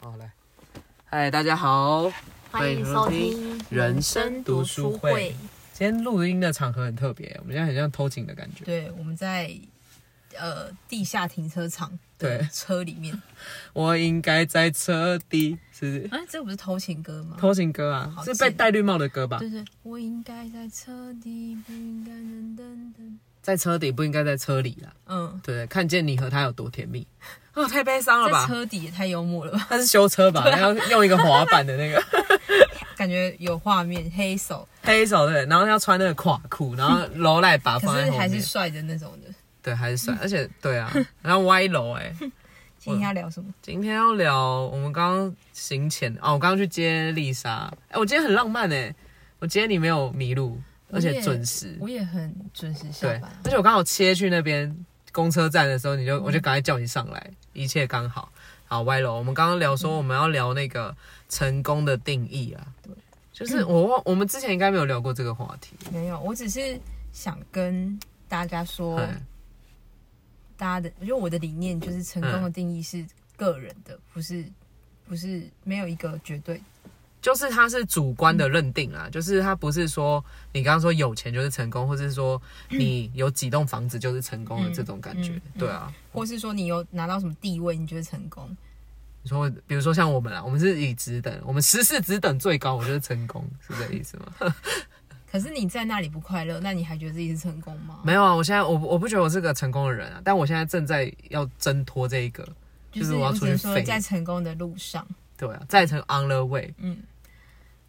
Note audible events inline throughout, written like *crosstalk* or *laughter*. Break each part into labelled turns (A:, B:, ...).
A: 哦嗨，大家好，
B: 欢迎收听《人生读书会》。
A: 今天录音的场合很特别，我们现在很像偷情的感觉。
C: 对，我们在呃地下停车场
A: 对
C: 的车里
B: *laughs*
C: 面。
A: 我应该在车底，是不是
C: 哎、这不是偷情歌吗？
A: 偷情歌啊，
C: 哦好
A: 是
C: 贱
A: 被戴绿帽的歌吧？
C: 对对，我应该在车底，不应该噔噔噔。
A: 在车底不应该在车里啦。
C: 嗯，
A: 对，看见你和他有多甜蜜啊、太悲伤了
C: 在
A: 吧？
C: 车啊底也太幽默了吧？ *laughs*
A: 他是修车吧？然后用一个滑板的那个 *laughs*
C: 感觉有画面，黑手，
A: 黑手对，然后要穿那个垮裤，然
C: *laughs*
A: 后揉奶
B: 啊
A: 把放
C: 可
A: 在
C: 是
A: 后
C: 还是
A: 面，
C: 帅的那种的。
A: 对，还是
C: *laughs*
A: 帅，而且对啊，然后歪楼哎、
C: 今天要聊什么？
A: 今天要聊我们刚刚行前哦，我刚刚去接丽莎，哎、我今天很浪漫哎、我今天你没有迷路，而
C: 我
A: 且
C: 也
A: 准时，
C: 我也很准时下
A: 对
C: 班啊，
A: 而且我刚好切去那边公车站的时候，你就
C: 嗯
A: 我就赶快叫你上来，一切刚好。好，歪楼，我们刚刚聊说我们要聊那个成功的定义啊，
C: 嗯对，
A: 就是我忘我们之前应该没有聊过这个话题，
C: 没有，我只是想跟大家说，
A: 嗯，
C: 大家的，我觉得我的理念就是成功的定义是个人的，不是不是没有一个绝对的
A: 就是它是主观的认定啊，就是它不是说你刚刚说有钱就是成功，或是说你有几栋房子就是成功的
C: 嗯
A: 这种感觉
C: 嗯，嗯
A: 对啊。
C: 或是说你有拿到什么地位，你觉得成功？
A: 你说，比如说像我们啊，我们是以职等，我们十四职等最高，我觉得成功，是这个意思
C: 哦
A: 吗？
C: 可是你在那里不快乐，那你还觉得自己是成功吗？
A: 没有啊，我现在我我不觉得我是个成功的人啊，但我现在正在要挣脱这一个，
C: 就
A: 就是
C: 是
A: 我要
C: 我
A: 出
C: 只
A: 去
C: 能
A: 废
C: 说在成功的路上，
A: 对啊，在成 on the way，
C: 嗯。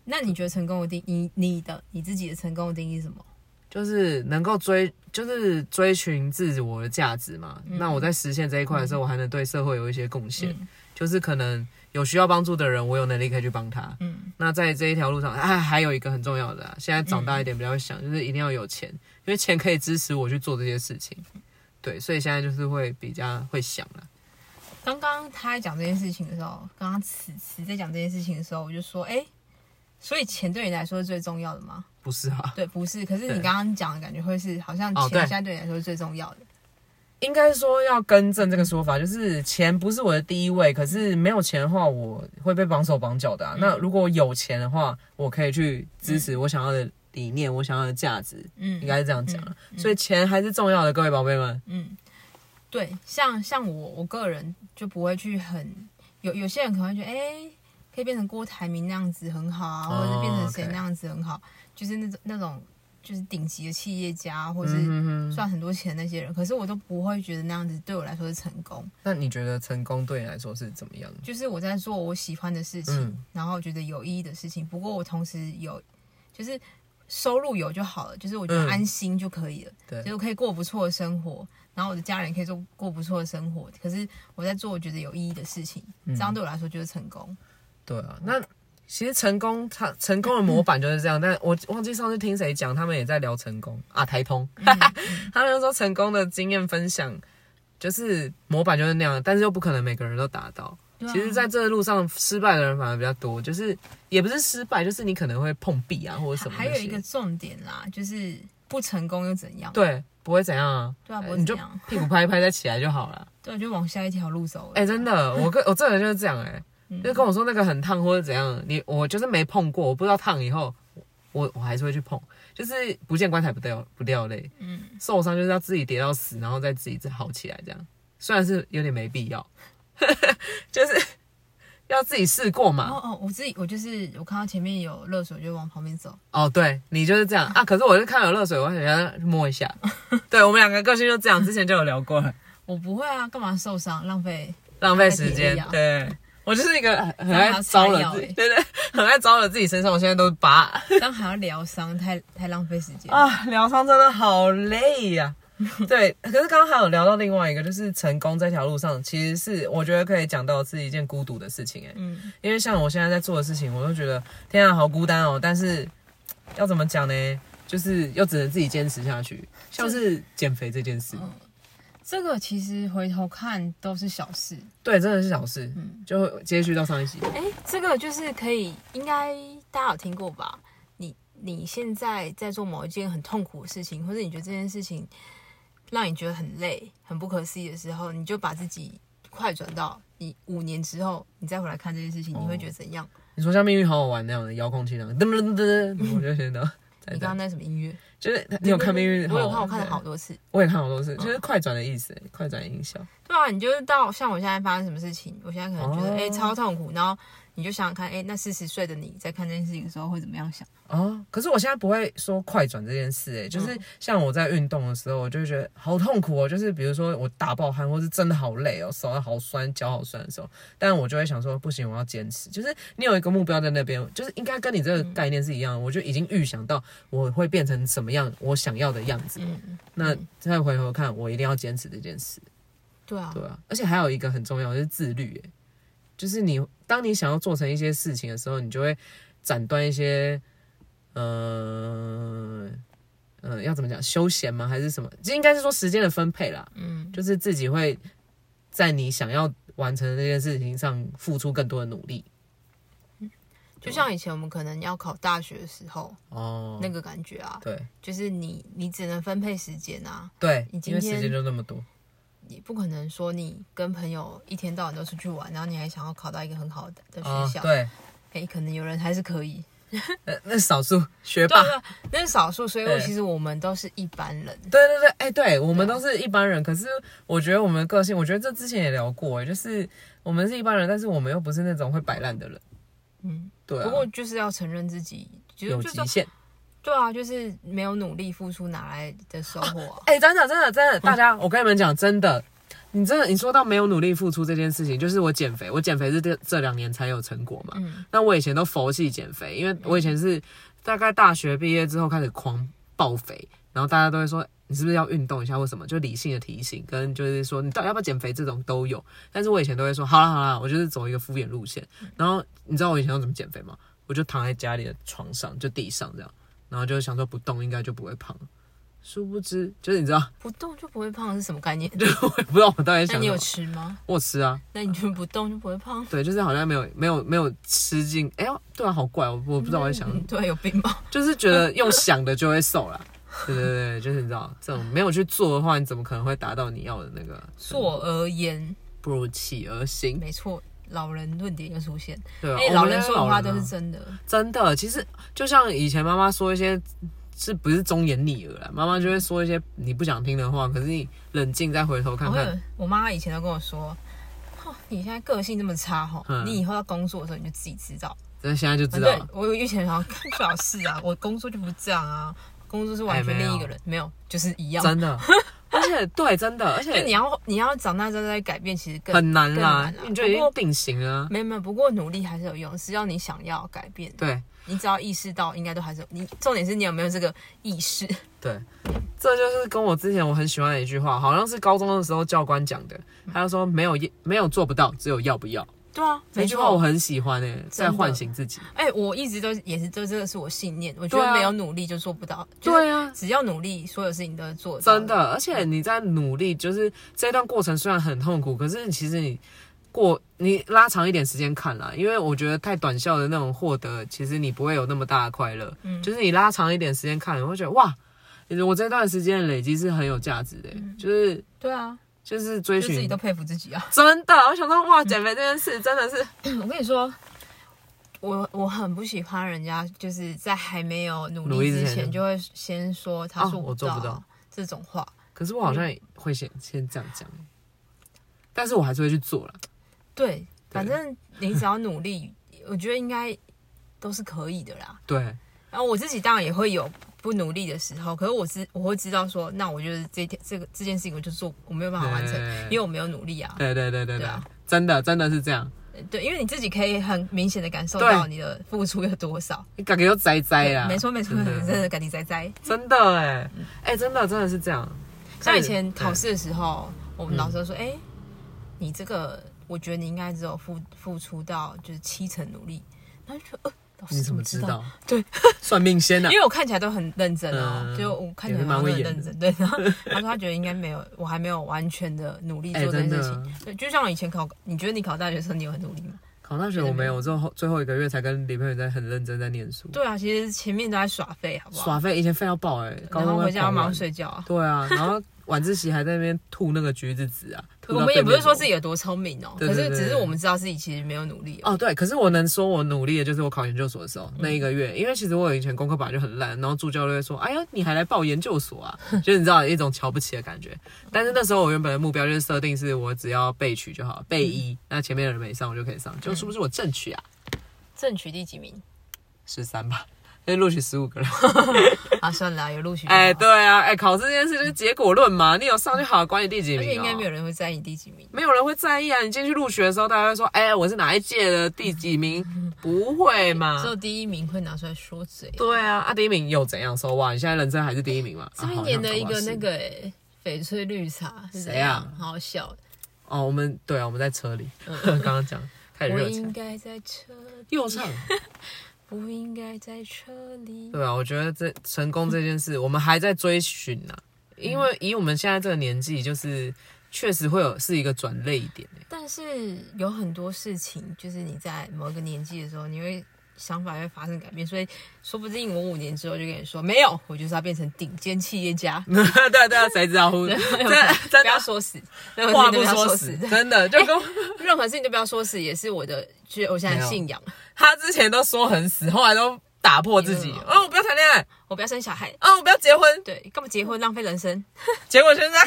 C: 那你觉得成功的定你你的你自己的成功的定义是什么？
A: 就是能够追，就是追寻自我的价值嘛。
C: 嗯
A: 那我在实现这一块的时候，我还能对社会有一些贡献，
C: 嗯
A: 就是可能有需要帮助的人，我有能力可以去帮他。
C: 嗯
A: 那在这一条路上，哎，还有一个很重要的、啊，现在长大一点比较会想，就是一定要有钱，因为钱可以支持我去做这些事情。对，所以现在就是会比较会想啊了。
C: 刚刚他在讲这件事情的时候，刚刚此时在讲这件事情的时候，我就说，哎、所以钱对你来说是最重要的吗？
A: 不是啊，
C: 对，不是。可是
A: 对
C: 你刚刚讲的感觉会是，好像
A: 哦
C: 钱
A: 对
C: 现在对你来说是最重要的。
A: 应该说要更正这个说法，就是钱不是我的第一位，可是没有钱的话，我会被绑手绑脚的、啊。那如果有钱的话，我可以去支持我想要的理念，我想要的价值，
C: 嗯，
A: 应该是这样讲啊。所以钱还是重要的，各位宝贝们。
C: 嗯，对，像像我我个人就不会去很有有些人可能会觉得，哎、可以变成郭台铭那样子很好啊，或者是变成谁
A: 哦 OK
C: 那样子很好，就是那种那种就是顶级的企业家，或是
A: 嗯哼哼，
C: 赚很多钱的那些人，可是我都不会觉得那样子对我来说是成功。
A: 那你觉得成功对你来说是怎么样？
C: 就是我在做我喜欢的事情，
A: 嗯
C: 然后觉得有意义的事情。不过我同时有，就是收入有就好了，就是我觉
A: 嗯
C: 得安心就可以了，
A: 对
C: 就是我可以过不错的生活，然后我的家人也可以做过不错的生活。可是我在做我觉得有意义的事情，
A: 嗯
C: 这样对我来说就是成功。
A: 对啊，那其实成功，它成功的模板就是这样。
C: *laughs*
A: 但我忘记上次听谁讲，他们也在聊成功啊，台通，
C: 嗯
A: *laughs* 他们就说成功的经验分享，就是模板就是那样，但是又不可能每个人都达到。
C: 啊
A: 其实，在这路上失败的人反而比较多，就是也不是失败，就是你可能会碰壁啊，或者什么那
C: 还
A: 些。
C: 有一个重点啦，就是不成功又怎样？
A: 对，不会怎样啊，
C: 对啊，不
A: 你
C: 会
A: 就
C: 怎样，
A: 屁股拍一拍再起来就好了。
C: 对，就往下一条路走了。
A: 哎、真的，我跟我这个人就是这样哎、就跟我说那个很烫或者怎样，你我就是没碰过，我不知道烫以后，我我还是会去碰，就是不见棺材不掉不掉泪，
C: 嗯，
A: 受伤就是要自己跌到死，然后再自己再好起来，这样虽然是有点没必要， *laughs* 就是要自己试过
C: 哦
A: 嘛。
C: 哦，我自己我就是我看到前面有热水，我就往旁边走。
A: 哦，对你就是这样啊，可是我就看有热水，我想要摸一下。对我们两个个性就这样，之前就有聊过了，
C: 我不会啊，干嘛受伤浪费？
A: 浪费时间
C: 浪费体力啊。
A: 对我就是 *laughs* 一个很很爱
C: 这样
A: 招
C: 还
A: 惹自
C: 要擦药
A: 己，
C: 欸
A: 对 *laughs* 对，很爱招惹自己身上，我现在都拔。
C: 这样还要疗伤，太太浪费时
A: *laughs*
C: 间。
A: 啊，疗伤真的好累 *laughs* 呀、对，可是刚刚还有聊到另外一个，就是成功这条路上，其实是我觉得可以讲到是一件孤独的事情哎、
C: 嗯，
A: 因为像我现在在做的事情，我都觉得天啊，好孤单哦。但是要怎么讲呢？就是又只能自己坚持下去，像是减肥这件嗯事，
C: 这个其实回头看都是小事。
A: 对，真的是小事，
C: 嗯
A: 就接续到上一集，
C: 哎，这个就是可以，应该大家有听过吧？你你现在在做某一件很痛苦的事情，或者你觉得这件事情让你觉得很累、很不可思议的时候，你就把自己快转到你五年之后你再回来看这件事情，你会觉
A: 哦
C: 得怎样？
A: 你说像命运好好玩那样的遥控器那样，噔噔噔噔噔，我就觉得在
C: 嗯你刚
A: 在
C: 刚，那什么音乐？
A: 就是你有看命运好玩？
C: 我有看，我看了好
A: 对，
C: 多次。
A: 我也看好多次，就是快转的意思，快转音效。
C: 对啊，你就是到像我现在发生什么事情，我现在可能觉得
A: 哦
C: 哎、诶超痛苦，然后你就想想看，哎、那四十岁的你在看这件事情的时候会怎么样想？
A: 哦，可是我现在不会说快转这件事、欸，就是
C: 嗯
A: 像我在运动的时候，我就会觉得好痛苦哦，就是比如说我打爆汗，或是真的好累哦，手好酸，脚好酸的时候，但我就会想说，不行，我要坚持。就是你有一个目标在那边，就是应该跟你这个概念是一样的，我就已经预想到我会变成什么样，我想要的样子。
C: 嗯，
A: 那再回头看，我一定要坚持这件事。
C: 对啊，
A: 对啊，而且还有一个很重要的就是自律，欸就是你当你想要做成一些事情的时候，你就会斩断一些，呃，呃，要怎么讲，休闲吗？还是什么？这应该是说时间的分配啦，
C: 嗯，
A: 就是自己会在你想要完成的这件事情上付出更多的努力。
C: 就像以前我们可能要考大学的时候、
A: 哦，
C: 那个感觉啊，
A: 对
C: 就是你你只能分配时间啊，
A: 对
C: 你，今
A: 因为
C: 天
A: 时间就那么多，
C: 你不可能说你跟朋友一天到晚都出去玩，然后你还想要考到一个很好的的
A: 啊
C: 学校，
A: 对，
C: 哎、可能有人还是可以，
A: 呃，那少数学
C: 对啊
A: 霸。
C: 对，那是少数，所以我
A: 啊对
C: 其实我们都是一般人，
A: 对对对，哎、对我们
C: 对啊
A: 都是一般人，可是我觉得我们的个性，我觉得这之前也聊过，哎就是我们是一般人，但是我们又不是那种会摆烂的人，
C: 嗯，
A: 对啊，
C: 不过就是要承认自己，就是
A: 有
C: 就是
A: 极
C: 说
A: 限。
C: 对啊，就是没有努力付出哪来的收获
A: *laughs*
C: 啊？
A: 哎、真的真的真的，大家，我跟你们讲，真的，你真的你说到没有努力付出这件事情，就是我减肥，我减肥是这这两年才有成果嘛，
C: 嗯，
A: 那我以前都佛系减肥，因为我以前是大概大学毕业之后开始狂暴肥，然后大家都会说你是不是要运动一下或什么，就理性的提醒跟就是说你到底要不要减肥这种都有。但是我以前都会说好了好了，我就是走一个敷衍路线。然后你知道我以前要怎么减肥吗？我就躺在家里的床上，就地上这样，然后就想说不动应该就不会胖。殊不知，就是你知道，
C: 不动就不会胖是什么概念？
A: 我也 *laughs* 不知道我到底
C: 那
A: 想
C: 你
A: 什
C: 有
A: 么。
C: 吃吗？
A: 我吃啊，
C: 那你就不动就不会胖？
A: 对，就是好像没有没有没有吃进，哎呦，对啊，好怪，我我不知道我在想什么
C: 嗯， *laughs* 对，有病吧？
A: 就是觉得用想的就会瘦啦。对对对，就是你知道，这种没有去做的话，你怎么可能会达到你要的那个？
C: 坐而言，
A: 不如起而行，
C: 没错，老人论点又出现。
A: 对啊
C: 哎，
A: 我
C: 老
A: 们
C: 人
A: 现在
C: 说的
A: 老
C: 话
A: 人
C: 都
A: 啊
C: 是真的，
A: 真的。其实就像以前妈妈说一些，是不是忠言逆耳啦？妈妈就会说一些你不想听的话，可是你冷静再回头看
C: 哦我
A: 看
C: 有，我妈以前都跟我说。哦你现在个性这么差吼，
A: 嗯
C: 你以后要工作的时候你就自己知道。
A: 那现在就知道
C: 对
A: 了。，
C: 我以前想看最好是啊， *laughs* 我工作就不是这样啊，工作是完全
A: 哎没有
C: 另一个人，没有，就是一样。哎
A: 真的，而且对，真的，而
C: 就你
A: 且
C: 要你要长大之后再改变，其实更
A: 很难
C: 更
A: 啦
C: 难，啊
A: 你就已
C: 不
A: 经
C: 过
A: 定型了。
C: 没有没有，不过努力还是有用，只要你想要改变，
A: 对，
C: 你只要意识到，应该都还是有。你重点是你有没有这个意识？
A: 对，这就是跟我之前我很喜欢的一句话，好像是高中的时候教官讲的，
C: 嗯
A: 他就说没有没有做不到，只有要不要。
C: 对啊，
A: 这
C: 没
A: 句话我
C: 错。
A: 很喜欢诶、在
C: 真的
A: 唤醒自己。
C: 哎、我一直都也是，就这个是我信念。我觉
A: 对啊
C: 得没有努力就做不到，就是
A: 对啊，
C: 只要努力，所有事情都是做得到
A: 真的，。而且你在努力，就是这段过程虽然很痛苦，可是其实你过你拉长一点时间看啦，因为我觉得太短效的那种获得，其实你不会有那么大的快乐。
C: 嗯
A: 就是你拉长一点时间看，你会觉得哇，我这段时间的累积是很有价值的欸、就是
C: 对啊，
A: 就是追
C: 嗯就自
A: 寻
C: 己都佩服自己啊！
A: 真的，我想说，哇，减肥这件事真的是，
C: 嗯我跟你说，我我很不喜欢人家就是在还没有努
A: 努力
C: 力
A: 之
C: 之
A: 前
C: 前就会先说他
A: 哦
C: 做
A: 我
C: 不
A: 做
C: 到,、
A: 不到
C: 这种话。
A: 可是我好像也会先先这样讲，但是我还是会去做了。
C: 对，反正你只要努力，我觉得应该都是可以的啦。
A: 对，
C: 然后我自己当然也会有不努力的时候，可是我知我会知道说，那我就是这这个这件事情我就做我没有办法完成，
A: 对
C: 因为我没有努力啊。
A: 对对对对
C: 对
A: 对
C: 啊，
A: 真的真的是这样，
C: 对，因为你自己可以很明显的感受到
A: 对
C: 你的付出有多少。
A: 你感觉又栽栽啦，
C: 没错没错，
A: 真
C: 真
A: 的
C: 的赶紧栽栽。
A: 真的哎哎，真的真的是这样。
C: 像以
A: 是
C: 前考试的时候，我们老师就
A: 嗯
C: 说：“哎、你这个我觉得你应该只有付付出到就是七成努力。”然后就觉得呃，老师
A: 你怎么
C: 知
A: 知道？
C: 对，
A: 算命先
C: *laughs*
A: 啊
C: 因，为我看起来都很认真哦，
A: 嗯
C: 就我看起
A: 也
C: 来
A: 是蛮
C: 好像
A: 会
C: 很
A: 演
C: 认真，对。然后他说他觉得应该没有，我还没有完全的努力
A: 哎，
C: 做这
A: 真
C: 件事
A: 的
C: 情。。对，就像我以前考，你觉得你考大学的时候你有很努力吗？
A: 考大学我没有，我最后最后一个月才跟李朋友在很认真在念书，
C: 对啊，其实前面都在耍废，好不好？
A: 耍废，以前废到爆哎，高
C: 然
A: 中
C: 后
A: 会
C: 回家要
A: 狂
C: 马上
A: 玩
C: 睡觉啊。
A: 对啊，然后晚自习还在那边吐那个橘子籽啊。吐到
C: *laughs* 我们也不是说自
A: 对面
C: 己有多聪明哦，
A: 对
C: 可
A: 对
C: 是
A: 对
C: 只是
A: 对
C: 我们知道自己其实没有努力哦。
A: 楼哦，对，可是我能说我努力的就是我考研究所的时候、
C: *laughs*
A: 那一个月，因为其实我以前功课本来就很烂，然后助教就会说：“哎呀，你还来报研究所啊？” *laughs* 就是你知道一种瞧不起的感觉。但是那时候我原本的目标就是设定是我只要备取就好，
C: 嗯
A: 备一，那前面的人没上我就可以上，就是不是我正取啊？
C: 正取第几名？
A: 十三吧， *laughs* 因为录取十五个人。
C: 啊，算了啊，有录取就好。
A: 哎，对啊，哎，考试这件事就是结果论嘛，你有上就好，管你第几
C: 而
A: 名、哦。
C: 且应该没有人会在意第几名。
A: 没有人会在意啊！你进去入学的时候，大家会说：“哎、我是哪一届的第几
C: *laughs*
A: 名？”不会嘛
C: 只？有第一名会拿出来说嘴。
A: 啊对啊，啊，第一名又怎样？说哇，你现在人生还是第一名嘛？
C: 这边
A: 啊
C: 演的一个那。
A: 好像搞不好是
C: 个诶翡翠绿茶是怎
A: 谁啊
C: 样？好好笑。
A: 哦，我们对啊，我们在车里， *laughs* 刚刚讲太
C: 嗯欸我
A: 热
C: 应
A: 情，
C: 该在车，
A: 又
C: *laughs*
A: 唱。
C: 不应该在车里。
A: 对啊，我觉得这成功这件事，我们还在追寻呐、
C: 嗯
A: 因为以我们现在这个年纪，就是确实会有是一个转捩点、 *laughs* 欸、
C: 但是有很多事情，就是你在某一个年纪的时候，你会想法会发生改变，所以说不定我五年之后就跟你说，没有，我就是要变成顶尖企业家。
A: 对啊对啊，谁
C: *laughs*
A: 知道？真的真
C: 不 *laughs* 要
A: 的
C: 说死，任何事
A: 话
C: 情都
A: 不
C: 不要
A: 说
C: 说
A: 死
C: 死，，
A: 真的就跟我。
C: *laughs* 任何事情都不要说死，也是我的，就是我现在的信仰。
A: 他之前都说很死，后来都打破自己
C: 嗯，
A: 哦，我不要谈恋爱，
C: 我不要生小孩，
A: 哦，我不要结婚，
C: 对，干嘛结婚浪费人生？
A: 结果现在，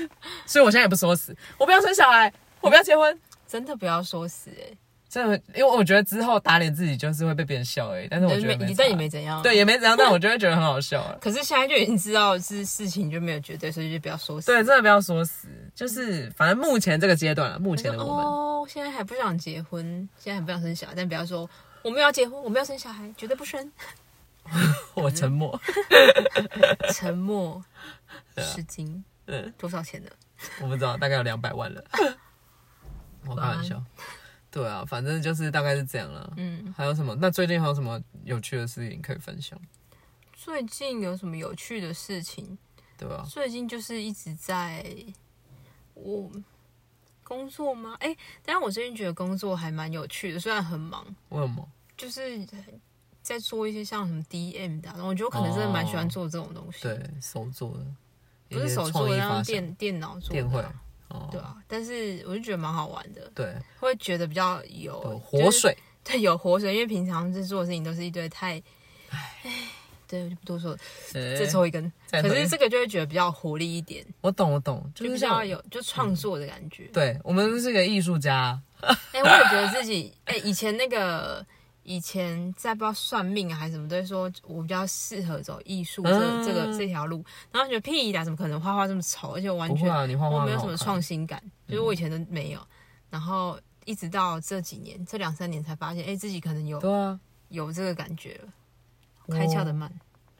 A: *laughs* 所以我现在也不说死，我不要生小孩，我不要结婚，
C: 真的不要说死、欸，
A: 真的，因为我觉得之后打脸自己就是会被别人笑而已，但是我
C: 就是
A: 觉
C: 没
A: 得，没
C: 但也
A: 差
C: 没怎样。
A: 对，也没怎样，但我就会觉得很好笑啊
C: *laughs*
A: 了。
C: 可是现在就已经知道是事情就没有绝对，所以就不要说死。
A: 对，真的不要说死，就是反正目前这个阶段了，目
C: 我说，
A: 前的我们，
C: 哦，现在还不想结婚，现在还不想生小孩，但不要说我们要结婚，我们要生小孩，绝对不生。 *laughs*
A: 我沉默，
C: 沉默，十斤，
A: 嗯
C: 多少钱呢？
A: 我不知道，大概有两百
C: *laughs*
A: 万了，我开玩笑。对啊，反正就是大概是这样了。
C: 嗯，
A: 还有什么？那最近还有什么有趣的事情可以分享？
C: 最近有什么有趣的事情？
A: 对吧、
C: 最近就是一直在我工作吗？哎、但是我最近觉得工作还蛮有趣的，虽然很忙，
A: 为什么？
C: 就是在做一些像什么 DM 的啊、然后我觉得我可能真的蛮喜欢做这种东西，
A: 哦对，手做的，
C: 不
A: 一
C: 是
A: 些
C: 手
A: 创
C: 做
A: 意
C: 的，然
A: 发
C: 后
A: 想
C: 电电脑做
A: 电
C: 的
A: 绘
C: 啊，
A: 哦，
C: 对啊，但是我就觉得蛮好玩的，
A: 对，
C: 会觉得比较有
A: 有
C: 就
A: 活
C: 是
A: 水，
C: 对，有活水，因为平常在做的事情都是一堆太，唉，对，我就不多说了，
A: 这
C: 再抽一根。
A: 再
C: 可
A: 抽一
C: 是这个就会觉得比较有活力一点，
A: 我懂我懂，
C: 就
A: 就是
C: 比
A: 像嗯
C: 较有就创作的感觉。
A: 对我们是个艺术家，
C: 哎、我也觉得自己，哎、以前那个以前在不知道算命啊还是什么，都会说我比较适合走艺术这、
A: 嗯
C: 这个这条路，然后觉得屁啦，怎么可能画画这么丑，而且我完
A: 不会
C: 全、
A: 啊，你画画
C: 我
A: 很
C: 没有
A: 好
C: 什么
A: 看嗯
C: 创新感，就是我以前都没有，然后一直到这几年这两三年才发现，哎、自己可能有
A: 对啊，
C: 有这个感觉了，
A: 哦
C: 开窍的慢。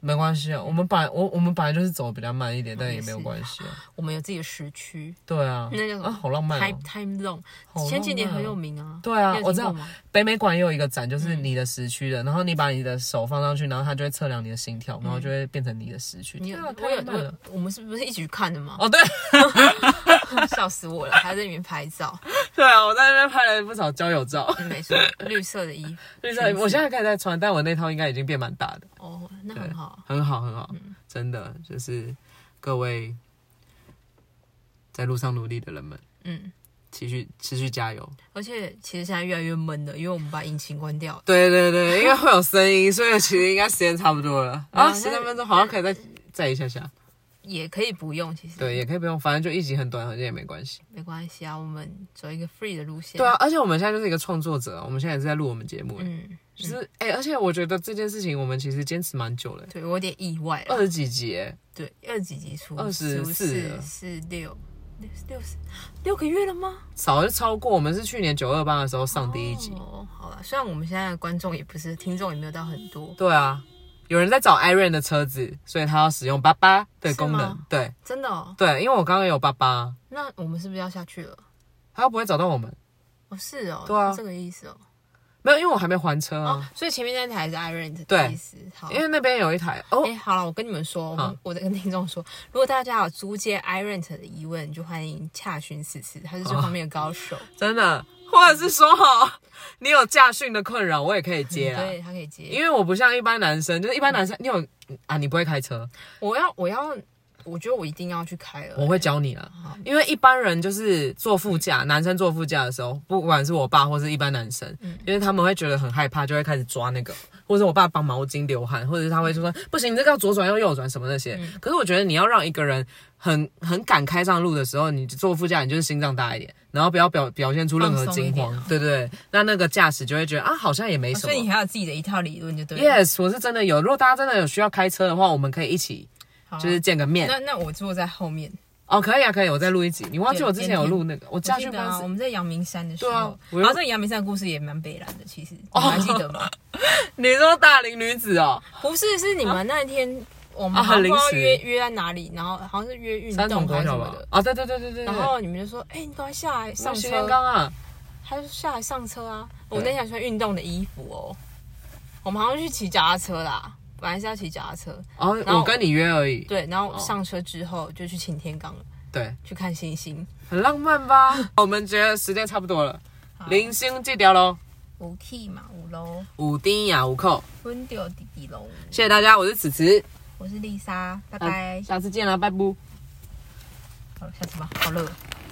A: 没关系啊，我们本来我我们本来就是走得比较慢一点，但也没有
C: 是
A: 关系啊，
C: 我们有自己的时区
A: 对啊，
C: 那叫什么
A: 啊，好浪漫
C: ，time
A: 哦，
C: time zone，
A: 好浪漫
C: 前几年很有
A: 哦。
C: 名啊。
A: 对啊
C: 你，有
A: 我知
C: 听
A: 道
C: 过吗？
A: 北美馆也有一个展，就是
C: 嗯
A: 你的时区的，然后你把你的手放上去，然后它就会测量你的心跳，然后就会变成你的时区。
C: 嗯你有
A: 天啊
C: 我
A: 太
C: 有
A: 浪漫了
C: 我，我们是不是一起去看的嘛？
A: 哦，对， *laughs*
C: *laughs* 笑死我了，还在里面拍照。
A: 对啊，我在那边拍了不少交友照，
C: 嗯没错，绿色的衣服。
A: 就是我现在开始在穿，但我那套应该已经变蛮大的，
C: 哦，那很好啊。
A: 很好很好，真的就是各位在路上努力的人们，
C: 嗯，
A: 持续持续加油。
C: 而且其实现在越来越闷了，因为我们把引擎关掉了。
A: 对对对，应该会有声音，所以其实应该时间差不多了啊，
C: 嗯
A: 十三分钟好像可以再再一下下，
C: 也可以不用，其实
A: 对，也可以不用，反正就一集很短，好像也没关系。
C: 没关系啊，我们走一个 free 的路线。
A: 对啊，，而且我们现在就是一个创作者，我们现在也是在录我们节目，欸
C: 嗯，
A: 就是哎、而且我觉得这件事情我们其实坚持蛮久了，欸
C: 对我有点意外
A: 二
C: 了。
A: 十几集哎。
C: 对，二几集出，
A: 24了
C: 四六六六十六个月了吗？
A: 早就超过，我们是去年九二八的时候上第一集。
C: 哦，好了，虽然我们现在的观众也不是听众，也没有到很多，
A: 对啊，有人在找 Iron 的车子，所以他要使用八八的功
C: 是
A: 能
C: 吗。
A: 对
C: 真的、哦。
A: 对，因为我刚刚有八八，
C: 那我们是不是要下去了？
A: 他又不会找到我们。
C: 哦，是哦，
A: 对啊
C: 是这个意思哦。
A: 没有，因为我还没还车
C: 哦
A: 啊，，
C: 所以前面那台是 Iron 的
A: 对
C: 意思。好，
A: 因为那边有一台哦
C: 哎、，好了，我跟你们说，我们
A: 好
C: 我在跟听众说，如果大家有租借 iRent 的疑问，就欢迎洽询此次，他是
A: 哦
C: 这方面的
A: *laughs*
C: 高手，
A: 真的，或者是说 *laughs* 哈，你有驾训的困扰，我也可以接啊。
C: 嗯对他可以接。
A: 因为我不像一般男生，就是一般男生，你有啊，你不会开车，
C: 我要我要我觉得我一定要去开了、
A: 我会教你啦
C: 好，
A: 因为一般人就是坐副驾，男生坐副驾的时候，不管是我爸或是一般男生，
C: 嗯
A: 因为他们会觉得很害怕，就会开始抓那个，或者是我爸绑毛巾流汗，或者是他会就说不行，你这个要左转要右转什么那些。
C: 嗯
A: 可是我觉得你要让一个人很很敢开上路的时候，你坐副驾，你就是心脏大一点，然后不要表表现出任何
C: 放松一
A: 惊
C: 点
A: 慌
C: 啊，
A: 对对对，那那个驾驶就会觉得啊，好像也没
C: 哦
A: 什么。
C: 所以你还有自己的一套理论就对了。
A: Yes，我是真的有。如果大家真的有需要开车的话，我们可以一起
C: 好啊
A: 就是见个面。
C: 那那我坐在后面，
A: 哦，可以啊，可以，我再录一集。你忘记我之前有录那个，我
C: 我
A: 驾
C: 记
A: 训
C: 得
A: 班
C: 啊，
A: 是
C: 我们在阳明山的时
A: 对
C: 候
A: 啊，我又
C: 然后这个阳明山的故事也蛮北蓝的，其实你还记得吗？
A: 你说大龄女子哦，
C: *laughs* 不是，是你们那天我们
A: 啊
C: 好
A: 很
C: 像
A: 临
C: 不知
A: 时
C: 道约约在哪里，然后好像是约运
A: 三重
C: 动
A: 国
C: 还是什
A: 小
C: 么
A: 吧
C: 的，？
A: 啊，对对对对对。
C: 然后你们就说，哎，你赶快下来上
A: 上徐
C: 车
A: 天，刚啊，
C: 他就下来上车啊。
A: 对
C: 我那天还穿运动的衣服哦，我们好像去骑脚踏车啦，本来是要骑脚踏车，
A: 哦，
C: 然后
A: 我跟你约而已。
C: 对，然后上车之后就去擎天
A: 哦
C: 岗了，
A: 对，
C: 去看星星。
A: 很浪漫
C: *laughs*
A: 吧？我们觉得时间差不多了，
C: 好
A: 零星记掉喽，
C: 有气嘛，有喽，
A: 五丁呀五扣，
C: 温掉弟弟喽。
A: 谢谢大家，我是此慈，
C: 我是丽莎，拜
A: 那
C: 拜。
A: 下次见啦，拜拜。
C: 好，下次吧，好热。